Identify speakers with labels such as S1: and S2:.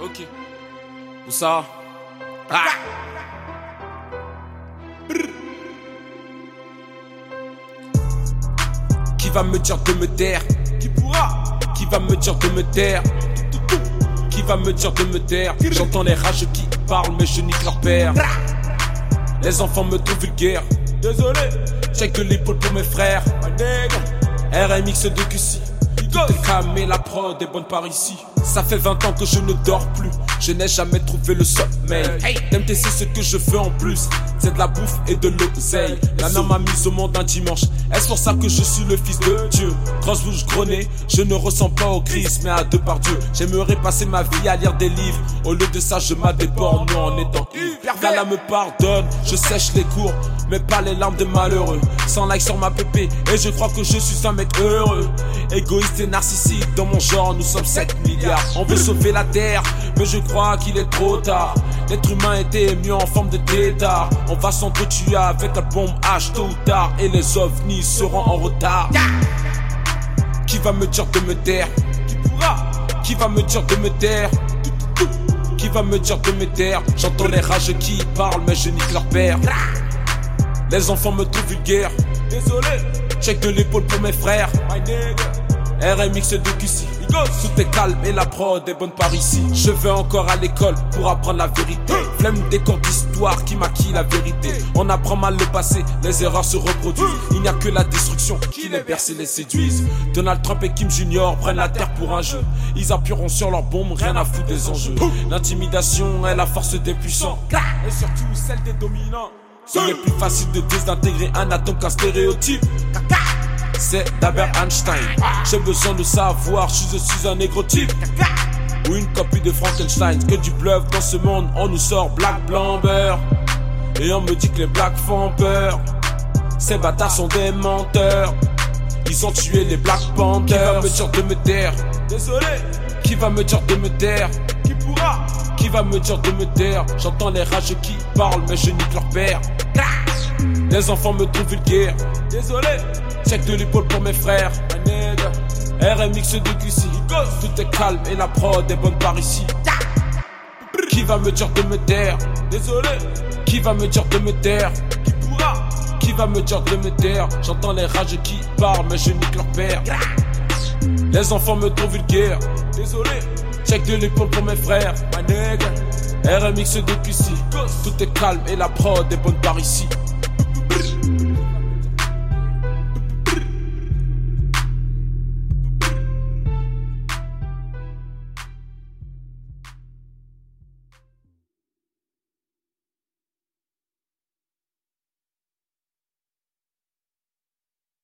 S1: Ok. Où ça ah. Brr. Qui va me dire de me taire
S2: Qui pourra
S1: Qui va me dire de me taire Qui va me dire de me taire J'entends les rages qui parlent mais je nique leur père Les enfants me trouvent vulgaire
S2: Désolé,
S1: Check de l'épaule pour mes frères
S2: ma nègre.
S1: RMX de QC Camé la prod est bonne par ici Ça fait 20 ans que je ne dors plus Je n'ai jamais trouvé le sommeil hey, MTC ce que je veux en plus C'est de la bouffe et de l'oseille La mère m'a mise au monde un dimanche Est-ce pour ça que je suis le fils de Dieu Grosse bouche grenée, je ne ressens pas au crise Mais à deux par Dieu, j'aimerais passer ma vie à lire des livres Au lieu de ça je m'adéporte Non en étant ivre Gala me pardonne, je sèche les cours Mais pas les larmes de malheureux Sans like sur ma pépé Et je crois que je suis un mec heureux Égoïste et narcissique Dans mon genre nous sommes 7 milliards On veut sauver la terre Mais je crois qu'il est trop tard L'être humain était mieux en forme de tétard On va s'entretuer avec la bombe H tôt ou tard Et les ovnis seront en retard Qui va me dire de me taire
S2: Qui pourra
S1: Qui va me dire de me taire Qui va me dire de me taire J'entends les rages qui parlent mais je nique leur père Les enfants me trouvent vulgaire
S2: Désolé,
S1: Check de l'épaule pour mes frères
S2: ma nègre.
S1: RMX de QC Sous tes calmes et la prod est bonne par ici Je vais encore à l'école pour apprendre la vérité Flemme des cours d'histoire qui maquille la vérité On apprend mal le passé, les erreurs se reproduisent Il n'y a que la destruction qui les berce et les séduise Donald Trump et Kim Junior prennent la terre pour un jeu Ils appuieront sur leur bombe, rien à foutre des enjeux L'intimidation est la force des puissants
S2: Et surtout celle des dominants.
S1: Il est plus facile de désintégrer un atome qu'un stéréotype c'est d'Albert Einstein. J'ai besoin de savoir si je suis un négrotype ou une copie de Frankenstein. Que du bluff dans ce monde, on nous sort Black Blamber. Et on me dit que les Blacks font peur. Ces bâtards sont des menteurs. Ils ont tué les Black Panthers. Qui va me dire de me taire
S2: Désolé,
S1: Qui va me dire de me taire
S2: qui pourra
S1: Qui va me dire de me taire J'entends les rages qui parlent, mais je nique leur père. Les enfants me trouvent vulgaire.
S2: Désolé,
S1: Check de l'épaule pour mes frères.
S2: ma nègre.
S1: RMX de QC Tout est calme et la prod est bonne par ici Qui va me dire de me taire
S2: Désolé,
S1: Qui va me dire de me taire
S2: qui pourra
S1: Qui va me dire de me taire J'entends les rages qui parlent mais je nique leur père Les enfants me trouvent vulgaire
S2: Désolé,
S1: Check de l'épaule pour mes frères
S2: ma nègre.
S1: RMX de QC Tout est calme et la prod est bonne par ici